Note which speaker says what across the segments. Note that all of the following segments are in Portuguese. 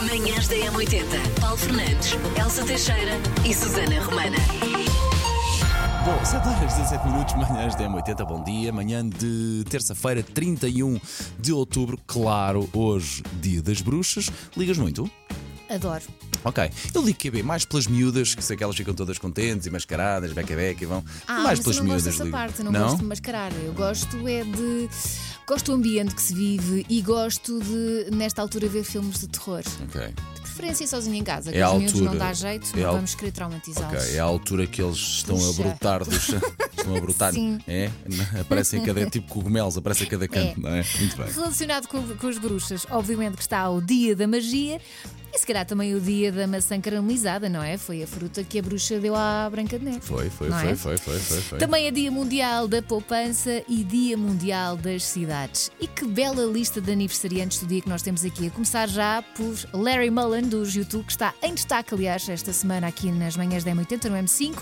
Speaker 1: Manhãs da M80. Paulo Fernandes, Elsa Teixeira e Susana Romana.
Speaker 2: Bom, 7 horas 17 minutos, manhãs da M80, bom dia. Manhã de terça-feira, 31 de outubro, claro, hoje, dia das bruxas. Ligas muito?
Speaker 3: Adoro.
Speaker 2: Ok. Eu ligo QB mais pelas miúdas, que sei que elas ficam todas contentes e mascaradas, beca beca e vão.
Speaker 3: Ah,
Speaker 2: mais
Speaker 3: mas
Speaker 2: pelas
Speaker 3: eu não gosto
Speaker 2: miúdas,
Speaker 3: dessa
Speaker 2: ligo.
Speaker 3: parte, eu não, gosto de mascarar. Eu gosto é de. Gosto do ambiente que se vive e gosto de, nesta altura, ver filmes de terror. De
Speaker 2: Ok.
Speaker 3: preferência sozinho em casa, que
Speaker 2: É a
Speaker 3: os miúdos
Speaker 2: altura.
Speaker 3: não dá jeito,
Speaker 2: É a
Speaker 3: não
Speaker 2: al-
Speaker 3: vamos querer traumatizá-los.
Speaker 2: Ok, é a altura que eles estão a
Speaker 3: Puxa.
Speaker 2: brotar dos. estão a brotar.
Speaker 3: Sim.
Speaker 2: É? Aparecem a cada. tipo cogumelos, aparecem a cada canto,
Speaker 3: É.
Speaker 2: não é? Muito bem.
Speaker 3: Relacionado com, com as bruxas, obviamente que está o dia da magia e se calhar também o dia da maçã caramelizada, não é? Foi a fruta que a bruxa deu à Branca de Neve.
Speaker 2: Foi, foi,
Speaker 3: Não
Speaker 2: foi,
Speaker 3: é?
Speaker 2: foi, foi, foi, foi.
Speaker 3: Também é Dia Mundial da Poupança e Dia Mundial das Cidades. E que bela lista de aniversariantes do dia que nós temos aqui. A começar já por Larry Mullen, dos YouTube, que está em destaque, aliás, esta semana aqui nas manhãs da M80, no M5.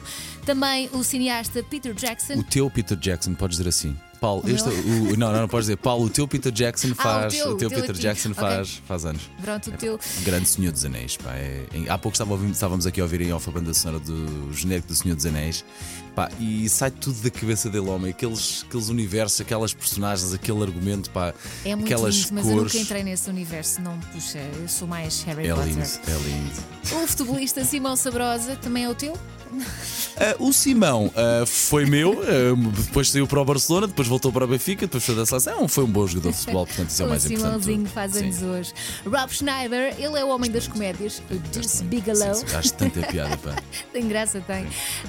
Speaker 3: Também o cineasta Peter Jackson.
Speaker 2: O teu Peter Jackson, podes dizer assim. Paulo,
Speaker 3: meu?
Speaker 2: este, o, não, não, não podes dizer. Paulo, o teu Peter Jackson
Speaker 3: Ah,
Speaker 2: faz.
Speaker 3: o teu, o teu
Speaker 2: Peter
Speaker 3: latim.
Speaker 2: Jackson
Speaker 3: Ok.
Speaker 2: faz, faz anos.
Speaker 3: Pronto, o teu.
Speaker 2: Grande Senhor dos Anéis, pá. é- em- há pouco estava a ouvir- estávamos aqui a ouvir em off a banda sonora do genérico do Senhor dos Anéis, pá, e sai tudo da cabeça dele, homem. Aqueles, aqueles universos, aquelas personagens, aquele argumento, pá,
Speaker 3: É muito
Speaker 2: aquelas
Speaker 3: lindo, mas
Speaker 2: cores.
Speaker 3: eu nunca entrei nesse universo, não me puxa. Eu sou mais Harry
Speaker 2: É
Speaker 3: Potter.
Speaker 2: lindo, é lindo.
Speaker 3: O futebolista Simão Sabrosa também é o teu?
Speaker 2: Ah, o Simão ah, foi meu, ah, depois saiu para o Barcelona, depois voltou para o Benfica, depois foi da seleção. Foi um bom jogador de futebol, portanto, isso é o
Speaker 3: o
Speaker 2: mais importante.
Speaker 3: Simãozinho faz
Speaker 2: Sim.
Speaker 3: anos hoje. Rob Schneider, ele é o homem das comédias. O Deuce Bigelow.
Speaker 2: Sim, sim, Acho tanta piada, pá.
Speaker 3: Tem graça, tem.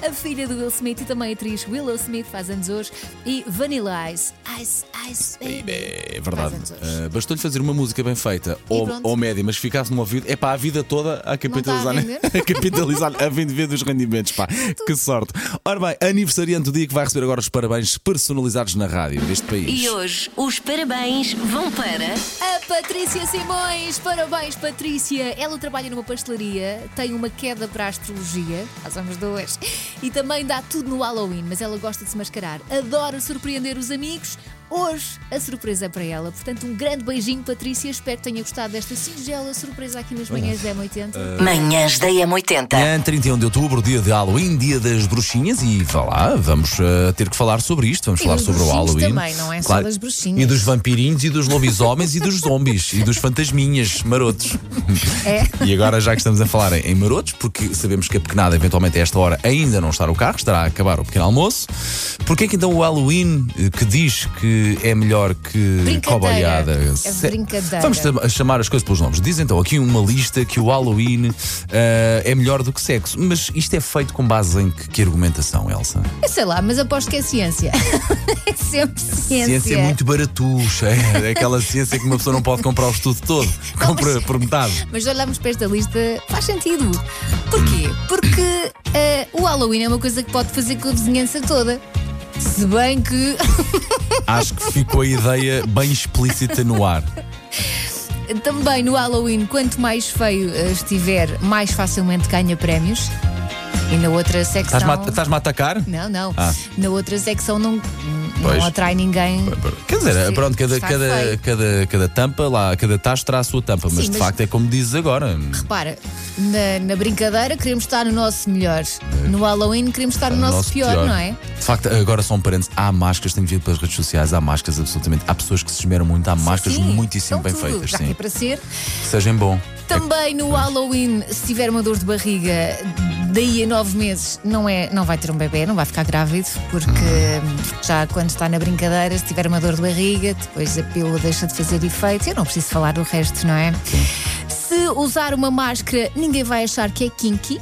Speaker 3: A filha do Will Smith e também a atriz Willow Smith faz anos hoje. E Vanilla Ice, Ice, Ice Baby.
Speaker 2: É verdade.
Speaker 3: Faz anos hoje.
Speaker 2: Ah, Bastou-lhe fazer uma música bem feita ou,
Speaker 3: pronto.
Speaker 2: ou média, mas ficasse no ouvido. É pá, a vida toda a capitalizar,
Speaker 3: Não está a
Speaker 2: a capitalizar, a vender dos rendimentos, pá. Que sorte. Ora bem, aniversariante do dia que vai receber agora os parabéns personalizados na rádio deste país.
Speaker 1: E hoje, os parabéns vão para.
Speaker 3: A Patrícia Simões, parabéns Patrícia. Ela trabalha numa pastelaria, tem uma queda para a astrologia, nós somos duas, e também dá tudo no Halloween, mas ela gosta de se mascarar, adora surpreender os amigos. Hoje a surpresa é para ela. Portanto, um grande beijinho, Patrícia. Espero que tenha gostado desta singela surpresa aqui nas manhãs da M80.
Speaker 2: Eh,
Speaker 1: Manhãs da M80.
Speaker 2: Amanhã, 31 de outubro, dia de Halloween, dia das bruxinhas, e vá lá, vamos eh, ter que falar sobre isto, vamos
Speaker 3: E
Speaker 2: falar
Speaker 3: dos
Speaker 2: sobre o
Speaker 3: bruxinhos
Speaker 2: Halloween.
Speaker 3: também, não é só das bruxinhas.
Speaker 2: E dos vampirinhos, e dos lobisomens, e dos zombies, e dos fantasminhas marotos.
Speaker 3: É.
Speaker 2: E agora, já que estamos a falar em, em marotos, porque sabemos que a pequenada, eventualmente a esta hora, ainda não está no carro, estará a acabar o pequeno almoço, porque é que então o Halloween, eh, que diz que é melhor que
Speaker 3: Brincadeira.
Speaker 2: cobalhada...
Speaker 3: É
Speaker 2: se-
Speaker 3: brincadeira.
Speaker 2: Vamos tam- a chamar as coisas pelos nomes. Diz então aqui uma lista que o Halloween eh, é melhor do que sexo. Mas isto é feito com base em que, que argumentação, Elsa?
Speaker 3: Eu sei lá, mas aposto que é ciência. é sempre ciência.
Speaker 2: Ciência é muito baratuxa. É aquela ciência que uma pessoa não pode comprar o estudo todo. Compra por metade.
Speaker 3: Mas olhamos para esta lista, faz sentido. Porquê? Porque eh, o Halloween é uma coisa que pode fazer com a vizinhança toda. Se bem que
Speaker 2: Acho que ficou a ideia bem explícita no ar.
Speaker 3: também no Halloween, quanto mais feio eh, estiver, mais facilmente ganha prémios. E na outra secção.
Speaker 2: Estás-me a, estás-me a atacar?
Speaker 3: Então- Não, não.
Speaker 2: Ah.
Speaker 3: Na outra secção não,
Speaker 2: Pois.
Speaker 3: não atrai ninguém.
Speaker 2: Quer dizer,
Speaker 3: Sim,
Speaker 2: pronto, cada,
Speaker 3: está
Speaker 2: cada,
Speaker 3: feio.
Speaker 2: cada, cada tampa lá, cada tacho terá a sua tampa, mas
Speaker 3: Sim,
Speaker 2: de
Speaker 3: mas-
Speaker 2: facto é como dizes agora.
Speaker 3: Repara, na, na brincadeira queremos estar no nosso melhor. No Halloween queremos estar no nosso, pior, não é?
Speaker 2: De facto, agora só um parênteses, há máscaras, tenho vindo pelas redes sociais, há máscaras absolutamente, há pessoas que se esmeram muito, há máscaras
Speaker 3: Sim,
Speaker 2: muitíssimo
Speaker 3: então
Speaker 2: bem
Speaker 3: tudo,
Speaker 2: feitas,
Speaker 3: Já que
Speaker 2: sim. É.
Speaker 3: é para ser.
Speaker 2: Que sejam bom.
Speaker 3: Também no Halloween, se tiver uma dor de barriga, daí a nove meses, não, é, não vai ter um bebê, não vai ficar grávido, porque hum, já quando está na brincadeira, se tiver uma dor de barriga, depois a pílula deixa de fazer efeito. Eu não preciso falar do resto, não é? Se usar uma máscara, ninguém vai achar que é kinky.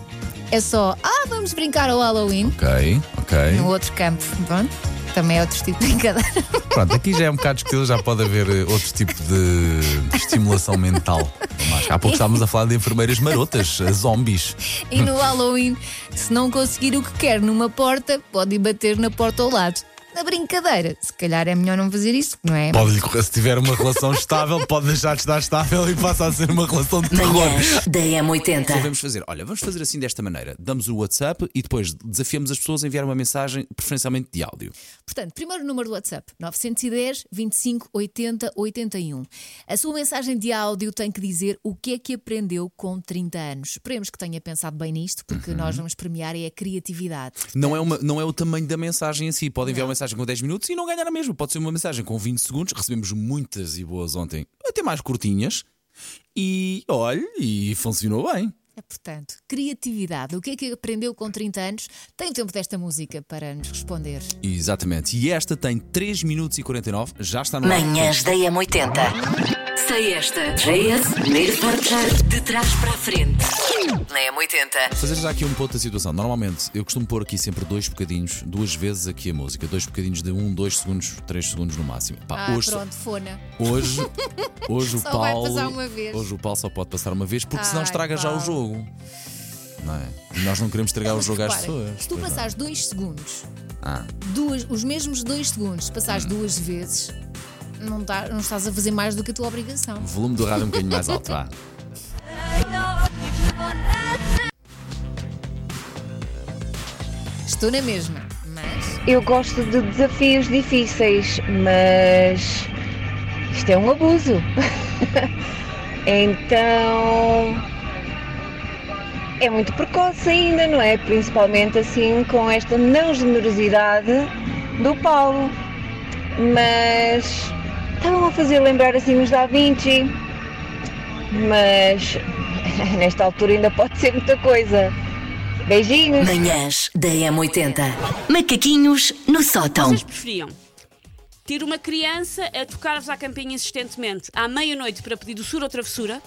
Speaker 3: É só, ah, vamos brincar ao Halloween.
Speaker 2: Ok, ok.
Speaker 3: No outro campo, pronto. Também é outro tipo de brincadeira.
Speaker 2: Pronto, aqui já é um bocado esquisito, já pode haver eh, outro tipo de estimulação mental. Mas há pouco estávamos a falar de enfermeiras marotas, eh, zombies.
Speaker 3: E no Halloween, se não conseguir o que quer numa porta, pode ir bater na porta ao lado. na brincadeira. Se calhar é melhor não fazer isso, não é?
Speaker 2: Pode-lhe correr, se tiver uma relação estável, pode deixar de estar estável e passa a ser uma relação de terror.
Speaker 1: Manhãs da M80.
Speaker 2: Devemos fazer, olha, vamos fazer assim desta maneira. Damos o WhatsApp e depois desafiamos as pessoas a enviar uma mensagem, preferencialmente de áudio.
Speaker 3: Portanto, primeiro número do WhatsApp, 910 25 80 81. A sua mensagem de áudio tem que dizer o que é que aprendeu com 30 anos. Esperemos que tenha pensado bem nisto, porque nós vamos premiar é a criatividade.
Speaker 2: Não é, uma, não é o tamanho da mensagem em si. Pode enviar uma mensagem com 10 minutos e não ganhar a mesma. Pode ser uma mensagem com 20 segundos. Recebemos muitas e boas ontem, até mais curtinhas. E olha, e funcionou bem.
Speaker 3: É, portanto, criatividade. O que é que aprendeu com 30 anos? Tem o tempo desta música para nos responder.
Speaker 2: Exatamente. E esta tem 3 minutos e 49, já está no ar.
Speaker 1: Manhãs da M80. Sei esta. JS, primeiro portar de trás para a frente. Na M80.
Speaker 2: Fazer já aqui um ponto da situação. Normalmente eu costumo pôr aqui sempre dois bocadinhos, duas vezes aqui a música. Dois bocadinhos de um, dois segundos, três segundos no máximo. Pá,
Speaker 3: Ah,
Speaker 2: hoje,
Speaker 3: pronto, fona.
Speaker 2: hoje, hoje o
Speaker 3: Só vai
Speaker 2: Paulo.
Speaker 3: passar uma vez.
Speaker 2: Hoje o Paulo só pode passar uma vez porque senão
Speaker 3: Ai,
Speaker 2: estraga já o
Speaker 3: Paulo.
Speaker 2: jogo. Não é? E Nós não queremos estragar o jogo às
Speaker 3: Repara,
Speaker 2: pessoas.
Speaker 3: Se tu
Speaker 2: Pois não.
Speaker 3: passares dois segundos,
Speaker 2: Ah. Hum.
Speaker 3: duas, os mesmos dois segundos, se passares duas vezes, não, tá- não estás a fazer mais do que a tua obrigação.
Speaker 2: O volume do rádio é um bocadinho mais alto, vá.
Speaker 3: Estou na mesma, mas
Speaker 4: Eu gosto de desafios difíceis, mas isto é um abuso. então é muito precoce ainda, não é? Principalmente assim com esta não generosidade do Paulo. Mas estavam a fazer lembrar assim os Da Vinci. Mas nesta altura ainda pode ser muita coisa. Beijinhos!
Speaker 1: Manhãs da M80. Macaquinhos no sótão.
Speaker 5: Vocês preferiam ter uma criança a tocar-vos à campainha insistentemente à meia-noite para pedir doçura ou travessura?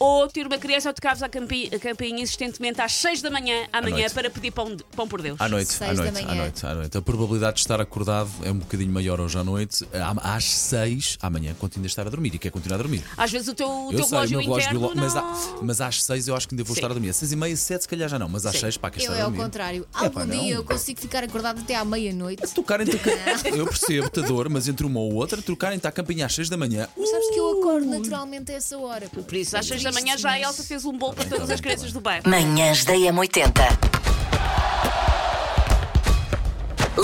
Speaker 5: Ou ter uma criança a tocar-vos à campi- à campainha insistentemente às 6 da manhã, amanhã
Speaker 2: noite.
Speaker 5: para pedir pão, de- pão por Deus?
Speaker 2: À noite,
Speaker 3: Seis
Speaker 2: à
Speaker 3: da
Speaker 2: noite, à
Speaker 3: manhã.
Speaker 2: noite, à noite. A probabilidade de estar acordado é um bocadinho maior hoje à noite. À- Às seis, amanhã, continuo a estar a dormir e quer continuar a dormir.
Speaker 5: Às vezes o teu, o
Speaker 2: Eu
Speaker 5: teu
Speaker 2: sei, o
Speaker 5: relógio
Speaker 2: meu relógio
Speaker 5: interno
Speaker 2: biológico, mas,
Speaker 5: não...
Speaker 2: à- mas às seis eu acho que ainda vou
Speaker 5: Sim.
Speaker 2: estar a dormir. Às seis e meia, sete, se calhar já não, mas às seis, pá, que
Speaker 3: eu
Speaker 2: estar
Speaker 3: é
Speaker 2: a
Speaker 3: ao
Speaker 2: dormir.
Speaker 3: contrário.
Speaker 2: É,
Speaker 3: Algum
Speaker 2: pá, não.
Speaker 3: dia eu consigo ficar acordado até à meia-noite.
Speaker 2: Trocarem Eu percebo-te a dor, mas entre uma ou outra, trocarem-te à campainha às seis da manhã. Uh,
Speaker 3: Mas sabes que eu acordo naturalmente a essa hora.
Speaker 5: Por isso, às 6 da manhã já a Elsa fez um bolo para
Speaker 2: bem, tá
Speaker 5: todas
Speaker 2: bem,
Speaker 5: as
Speaker 2: tá
Speaker 5: crianças
Speaker 2: bem.
Speaker 5: do bairro.
Speaker 1: Manhãs da M80.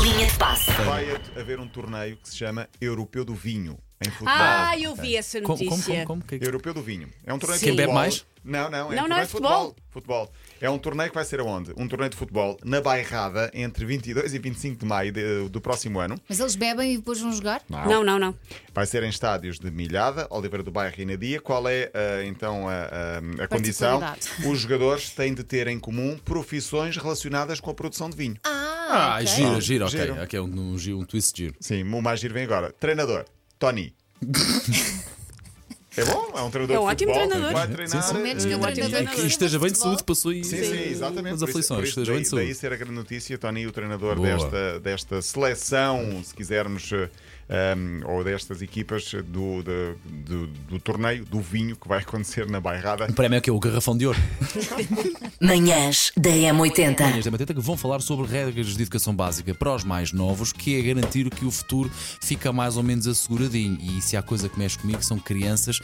Speaker 1: Linha de passe.
Speaker 6: Vai a- haver um torneio que se chama Europeu do Vinho, em Portugal.
Speaker 5: Ah, eu vi essa
Speaker 2: É. Como, como,
Speaker 5: notícia.
Speaker 2: como, como? Que-
Speaker 6: Europeu do Vinho. É um torneio
Speaker 5: Quem
Speaker 6: de
Speaker 2: bebe
Speaker 6: futebol.
Speaker 2: mais?
Speaker 6: Não, não, é
Speaker 5: Não,
Speaker 6: um
Speaker 5: não,
Speaker 6: torneio
Speaker 5: é
Speaker 6: de futebol. futebol. É um torneio que vai ser aonde? Um torneio de futebol na Bairrada entre 22 e 25 de maio de- do próximo ano.
Speaker 3: Mas eles bebem e depois vão jogar?
Speaker 5: Não, não, não.
Speaker 6: Vai ser em estádios de Milhada, Oliveira do Bairro e Nadia. Qual é ah, então a, a- a condição?
Speaker 3: Particularidade.
Speaker 6: Os jogadores têm de ter em comum profissões relacionadas com a produção de vinho.
Speaker 3: Ah,
Speaker 2: Ah,
Speaker 3: ok.
Speaker 2: gira, gira, ok.
Speaker 6: Giro.
Speaker 2: Ok, um, um, giro, um twist giro.
Speaker 6: Sim, o mais giro vem agora. Treinador, Tony. é bom, é um treinador
Speaker 5: É um
Speaker 6: de
Speaker 5: ótimo
Speaker 6: futebol,
Speaker 5: treinador.
Speaker 6: Vai treinar.
Speaker 2: Sim, sim.
Speaker 3: Menos que o
Speaker 6: eh,
Speaker 3: treinador
Speaker 2: E que esteja bem de saúde, passou aí
Speaker 6: Sim, sim, exatamente.
Speaker 2: as
Speaker 6: Por isso- é por
Speaker 2: aflições.
Speaker 6: isso
Speaker 2: Esteja bem
Speaker 6: daí,
Speaker 2: de
Speaker 6: daí
Speaker 2: saúde.
Speaker 6: ser a grande notícia, Tony, o treinador
Speaker 2: Boa.
Speaker 6: desta, desta seleção, se quisermos, eh, um, ou destas equipas do, do, do- do torneio do vinho que vai acontecer na bairrada.
Speaker 2: O prémio é que é o garrafão de ouro.
Speaker 1: Manhãs da M80.
Speaker 2: Manhãs da Mateta que vão falar sobre regras de educação básica para os mais novos, que é garantir que o futuro fica mais ou menos asseguradinho. E se há coisa que mexe comigo, são crianças.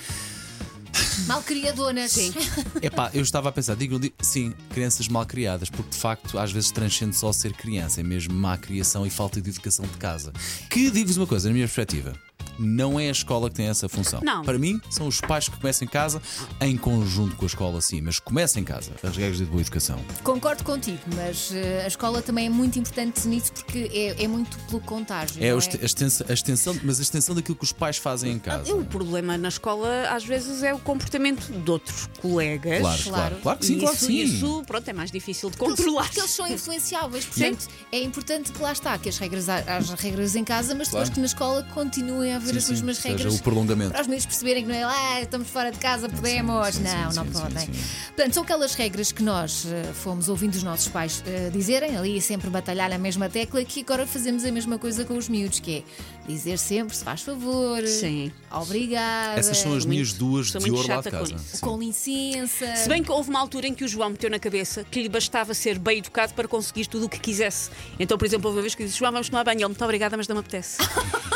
Speaker 3: Malcriadonas. Sim.
Speaker 2: Epá, eu estava a pensar, digam, di- sim, crianças mal criadas, porque de facto às vezes transcende só ser criança, é mesmo má criação e falta de educação de casa. Que digo-vos uma coisa, na minha perspectiva. Não é a escola que tem essa função.
Speaker 5: Não.
Speaker 2: Para mim, são os pais que começam em casa, em conjunto com a escola, sim, mas começam em casa as regras de boa educação.
Speaker 3: Concordo contigo, mas eh, a escola também é muito importante nisso porque é, é muito pelo contágio.
Speaker 2: É,
Speaker 3: não
Speaker 2: o este- a, extensão, a extensão, mas a extensão daquilo que os pais fazem em casa.
Speaker 5: O problema na escola às vezes é o comportamento de outros colegas.
Speaker 2: Claro, claro,
Speaker 3: Claro.
Speaker 2: claro Ah, que sim,
Speaker 5: e
Speaker 2: claro que
Speaker 5: isso,
Speaker 2: sim.
Speaker 5: isso, pronto, é mais difícil de controlar.
Speaker 3: Porque eles são influenciáveis, portanto é importante que lá está, que as regras, há- as regras em casa, mas depois
Speaker 2: Claro.
Speaker 3: que na escola continuem a haver
Speaker 2: Sim,
Speaker 3: as
Speaker 2: sim,
Speaker 3: mesmas
Speaker 2: seja
Speaker 3: regras.
Speaker 2: o prolongamento.
Speaker 3: Para os meus perceberem que não é lá, "Ah, estamos fora de casa, podemos.
Speaker 2: sim, sim,
Speaker 3: não,
Speaker 2: sim,
Speaker 3: não
Speaker 2: sim,
Speaker 3: podem.
Speaker 2: sim.
Speaker 3: Portanto, são aquelas regras que nós eh, fomos ouvindo os nossos pais eh, dizerem, ali sempre batalhar na mesma tecla, que agora fazemos a mesma coisa com os miúdos, que é dizer sempre se faz favor,
Speaker 5: Sim.
Speaker 3: obrigada,
Speaker 2: Essas são as
Speaker 5: muito-
Speaker 2: minhas duas
Speaker 5: sou
Speaker 2: de
Speaker 5: muito
Speaker 2: ouro lá de
Speaker 5: chata com
Speaker 2: casa.
Speaker 5: isso.
Speaker 2: Sim.
Speaker 3: com licença.
Speaker 5: Se bem que houve uma altura em que o João meteu na cabeça que lhe bastava ser bem educado para conseguir tudo o que quisesse. Então, por exemplo, houve uma vez que eu disse: João, vamos tomar banho. Ele, muito obrigada, mas não me apetece.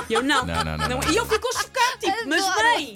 Speaker 5: E eu, não.
Speaker 2: Não, não, não, não.
Speaker 5: E ele ficou chocado, tipo, mas
Speaker 3: Adoro.
Speaker 5: bem,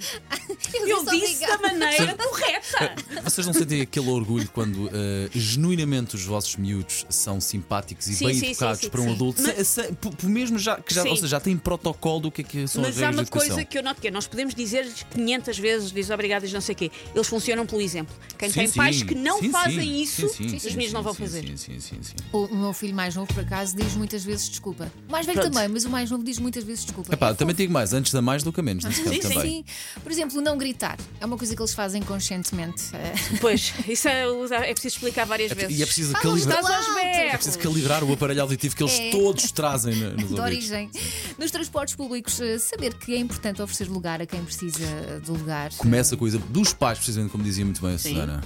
Speaker 5: eu disse da maneira correta.
Speaker 2: Vocês não sentem aquele orgulho quando eh, genuinamente os vossos miúdos são simpáticos e
Speaker 5: Sim,
Speaker 2: bem
Speaker 5: sim, sim,
Speaker 2: educados
Speaker 5: sim,
Speaker 2: para um
Speaker 5: sim.
Speaker 2: adulto? Se- se- por- por mesmo já, que já,
Speaker 5: Sim.
Speaker 2: ou seja, já têm protocolo do que é que são as regras
Speaker 5: Mas há
Speaker 2: de
Speaker 5: uma
Speaker 2: educação.
Speaker 5: coisa que eu noto que é, nós podemos dizer-lhes 500 vezes, diz obrigadas, não sei o quê. Eles funcionam pelo exemplo. Quem
Speaker 2: Sim,
Speaker 5: tem
Speaker 2: sim.
Speaker 5: pais que não
Speaker 2: Sim,
Speaker 5: fazem
Speaker 2: sim.
Speaker 5: isso,
Speaker 2: Sim, sim,
Speaker 5: os
Speaker 2: sim,
Speaker 5: meus não
Speaker 2: sim,
Speaker 5: vão
Speaker 2: sim,
Speaker 5: fazer.
Speaker 2: Sim, sim, sim, sim.
Speaker 3: O meu filho mais novo, por acaso, diz muitas vezes desculpa. O mais velho
Speaker 5: Pronto.
Speaker 3: também, mas o mais novo diz muitas vezes desculpa.
Speaker 2: Epá,
Speaker 3: É
Speaker 2: também
Speaker 3: fofo.
Speaker 2: digo mais, antes da mais do que a menos nesse campo
Speaker 5: sim,
Speaker 2: também.
Speaker 3: Sim, por exemplo, não gritar. É uma coisa que eles fazem conscientemente. Eh,
Speaker 5: Pois, isso é, é preciso explicar várias
Speaker 2: É-
Speaker 5: vezes.
Speaker 2: E é preciso,
Speaker 3: Fala
Speaker 2: calibrar,
Speaker 5: Estás aos
Speaker 3: Alto.
Speaker 5: berros.
Speaker 2: é preciso calibrar o aparelho auditivo que eles
Speaker 3: É.
Speaker 2: todos trazem no- nos
Speaker 3: De
Speaker 2: ouvidos.
Speaker 3: origem. Nos transportes públicos, eh, saber que é importante oferecer lugar a quem precisa eh, do lugar.
Speaker 5: é?
Speaker 2: Começa com o exemplo dos pais, precisamente como dizia muito bem a
Speaker 5: Sim.
Speaker 2: Susana.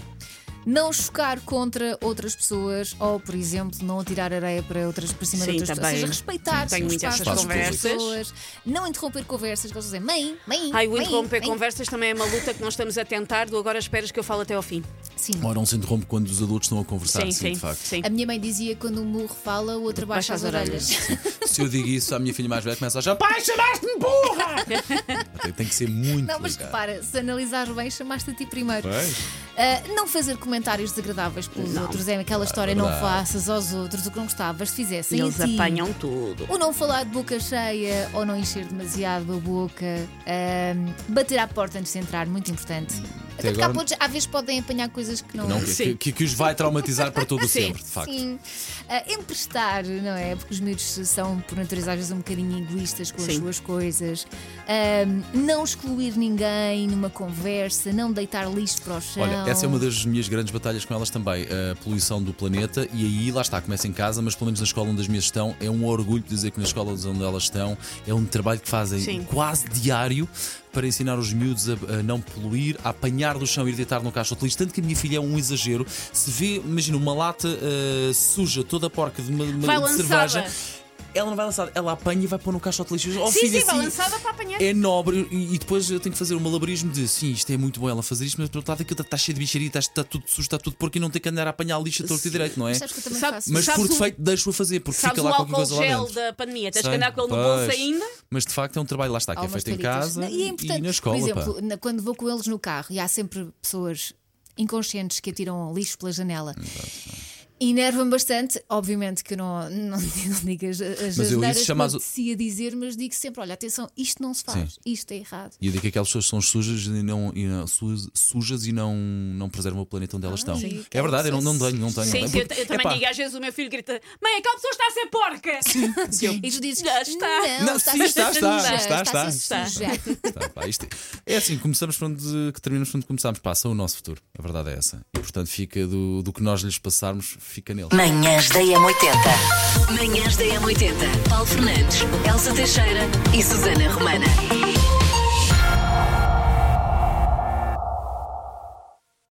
Speaker 3: Não chocar contra outras pessoas ou, por exemplo, não atirar areia para outras, para cima
Speaker 5: Sim,
Speaker 3: de outras pessoas.
Speaker 5: também.
Speaker 3: Ou seja, respeitar
Speaker 5: Tenho
Speaker 3: o
Speaker 5: muito
Speaker 3: espaço
Speaker 5: essas
Speaker 3: das
Speaker 5: conversas.
Speaker 3: pessoas. Não interromper conversas que eles dizem mãe, mãe.
Speaker 5: Ai, o
Speaker 3: mãe,
Speaker 5: interromper
Speaker 3: mãe."
Speaker 5: conversas também é uma luta que nós estamos a tentar, do agora esperas que eu falo até ao fim.
Speaker 3: Sim.
Speaker 2: Ora, não se interrompe um quando os adultos estão a conversar, Tá, sim, de facto.
Speaker 5: sim.
Speaker 3: A minha mãe dizia quando um burro fala, o outro baixa, as orelhas.
Speaker 2: Se eu digo isso à minha filha mais velha, começa a achar: Pai, chamaste-me burra! Tem- Tem que ser muito.
Speaker 3: Não, mas
Speaker 2: delicado.
Speaker 3: repara, se analisares bem, chamaste a ti primeiro.
Speaker 6: Pois.
Speaker 3: Ah, não fazer comentários desagradáveis pelos outros. É aquela história, não faças aos outros o que não gostavas, se fizessem
Speaker 5: Eles
Speaker 3: a ti.
Speaker 5: apanham tudo.
Speaker 3: Ou não falar de boca cheia, ou não encher demasiado a boca. Ahm, bater à porta antes de entrar, muito importante. Até porque há
Speaker 2: agora-
Speaker 3: pontos- às vezes podem apanhar coisas que não.
Speaker 2: Não, que,
Speaker 5: Sim.
Speaker 2: que, que os vai traumatizar para todo o
Speaker 5: Sim,
Speaker 2: sempre, de facto.
Speaker 3: Sim. Ah, emprestar, não é? Porque os miúdos são, por natureza, às vezes um bocadinho egoístas com as
Speaker 5: Sim.
Speaker 3: suas coisas. Ahm, não excluir ninguém numa conversa, não deitar lixo para o chão.
Speaker 2: Olha, essa é
Speaker 5: Então.
Speaker 2: uma das minhas grandes batalhas com elas também, a poluição do planeta, e aí lá está, começa em casa, mas pelo menos na escola onde as minhas estão, é um orgulho dizer que nas escolas onde elas estão é um trabalho que fazem
Speaker 5: Sim.
Speaker 2: quase diário para ensinar os miúdos a, a não poluir, a apanhar do chão e ir deitar no caixote de lixo. Tanto que a minha filha é um exagero. Se vê, imagina, uma lata ah, suja, toda porca de, uma, uma-
Speaker 5: Vai
Speaker 2: de
Speaker 5: lançada.
Speaker 2: cerveja. Ela não vai lançar, ela apanha e vai pôr no caixote de lixo. Oh,
Speaker 5: Sim,
Speaker 2: filha,
Speaker 5: sim, vai
Speaker 2: assim,
Speaker 5: lançada para apanhar.
Speaker 2: é nobre e, e depois eu tenho que fazer um malabarismo de sim, isto é muito bom ela fazer isto, mas por outro lado aquilo está cheio de bicharia, está, está tudo sujo, está tudo porco e não tem que andar a apanhar lixo a torto e direito, não é?
Speaker 3: Sabes que eu também
Speaker 5: Sabe-
Speaker 3: faço.
Speaker 2: Mas
Speaker 5: sabes
Speaker 2: por
Speaker 5: o-
Speaker 2: defeito deixo-a fazer, porque
Speaker 5: Sabes
Speaker 2: fica
Speaker 5: o
Speaker 2: lá qualquer
Speaker 5: álcool
Speaker 2: coisa lá
Speaker 5: gel
Speaker 2: dentro.
Speaker 5: da pandemia? Tens que
Speaker 2: Sei,
Speaker 5: andar com ele no
Speaker 2: pois.
Speaker 5: bolso ainda?
Speaker 2: Mas de facto é um trabalho, lá está, que é
Speaker 3: Há umas
Speaker 2: feito em
Speaker 3: taritas.
Speaker 2: casa
Speaker 3: Não, e, é
Speaker 2: e,
Speaker 3: importante,
Speaker 2: na escola.
Speaker 3: Por
Speaker 2: pá.
Speaker 3: exemplo, na- quando vou com eles no carro e há sempre pessoas inconscientes que atiram lixo pela janela. Enerva-me bastante, obviamente que eu não, não, não digo as, as
Speaker 2: Mas eu
Speaker 3: asneiras
Speaker 2: isso
Speaker 3: que
Speaker 2: chama as-
Speaker 3: me apetecia dizer, mas digo sempre: olha, atenção, isto não se faz,
Speaker 2: Sim.
Speaker 3: isto é errado.
Speaker 2: E eu digo que aquelas pessoas são sujas e não, e não- su- sujas e não, não preservam o planeta onde elas estão.
Speaker 3: sim.
Speaker 2: É verdade, eu não, não tenho, não tenho.
Speaker 5: Ah, Sim,
Speaker 2: não tenho.
Speaker 5: sim, eu,
Speaker 2: Porque,
Speaker 5: eu também
Speaker 2: epá,
Speaker 5: digo. Às vezes o meu filho grita: Mãe, aquela pessoa está a ser porca!
Speaker 3: E tu dizes:
Speaker 5: Já está.
Speaker 3: Não,
Speaker 2: Não, sim, está, está, está,
Speaker 3: está,
Speaker 2: está,
Speaker 3: está.
Speaker 2: Tá, pá, isto- é assim, começamos por onde que terminamos por onde começamos. Passa o nosso futuro. A verdade é essa. E portanto fica do, do que nós lhes passarmos, fica nele.
Speaker 1: Manhãs da M80. Manhãs da M80. Paulo Fernandes, Elsa Teixeira e Susana Romana.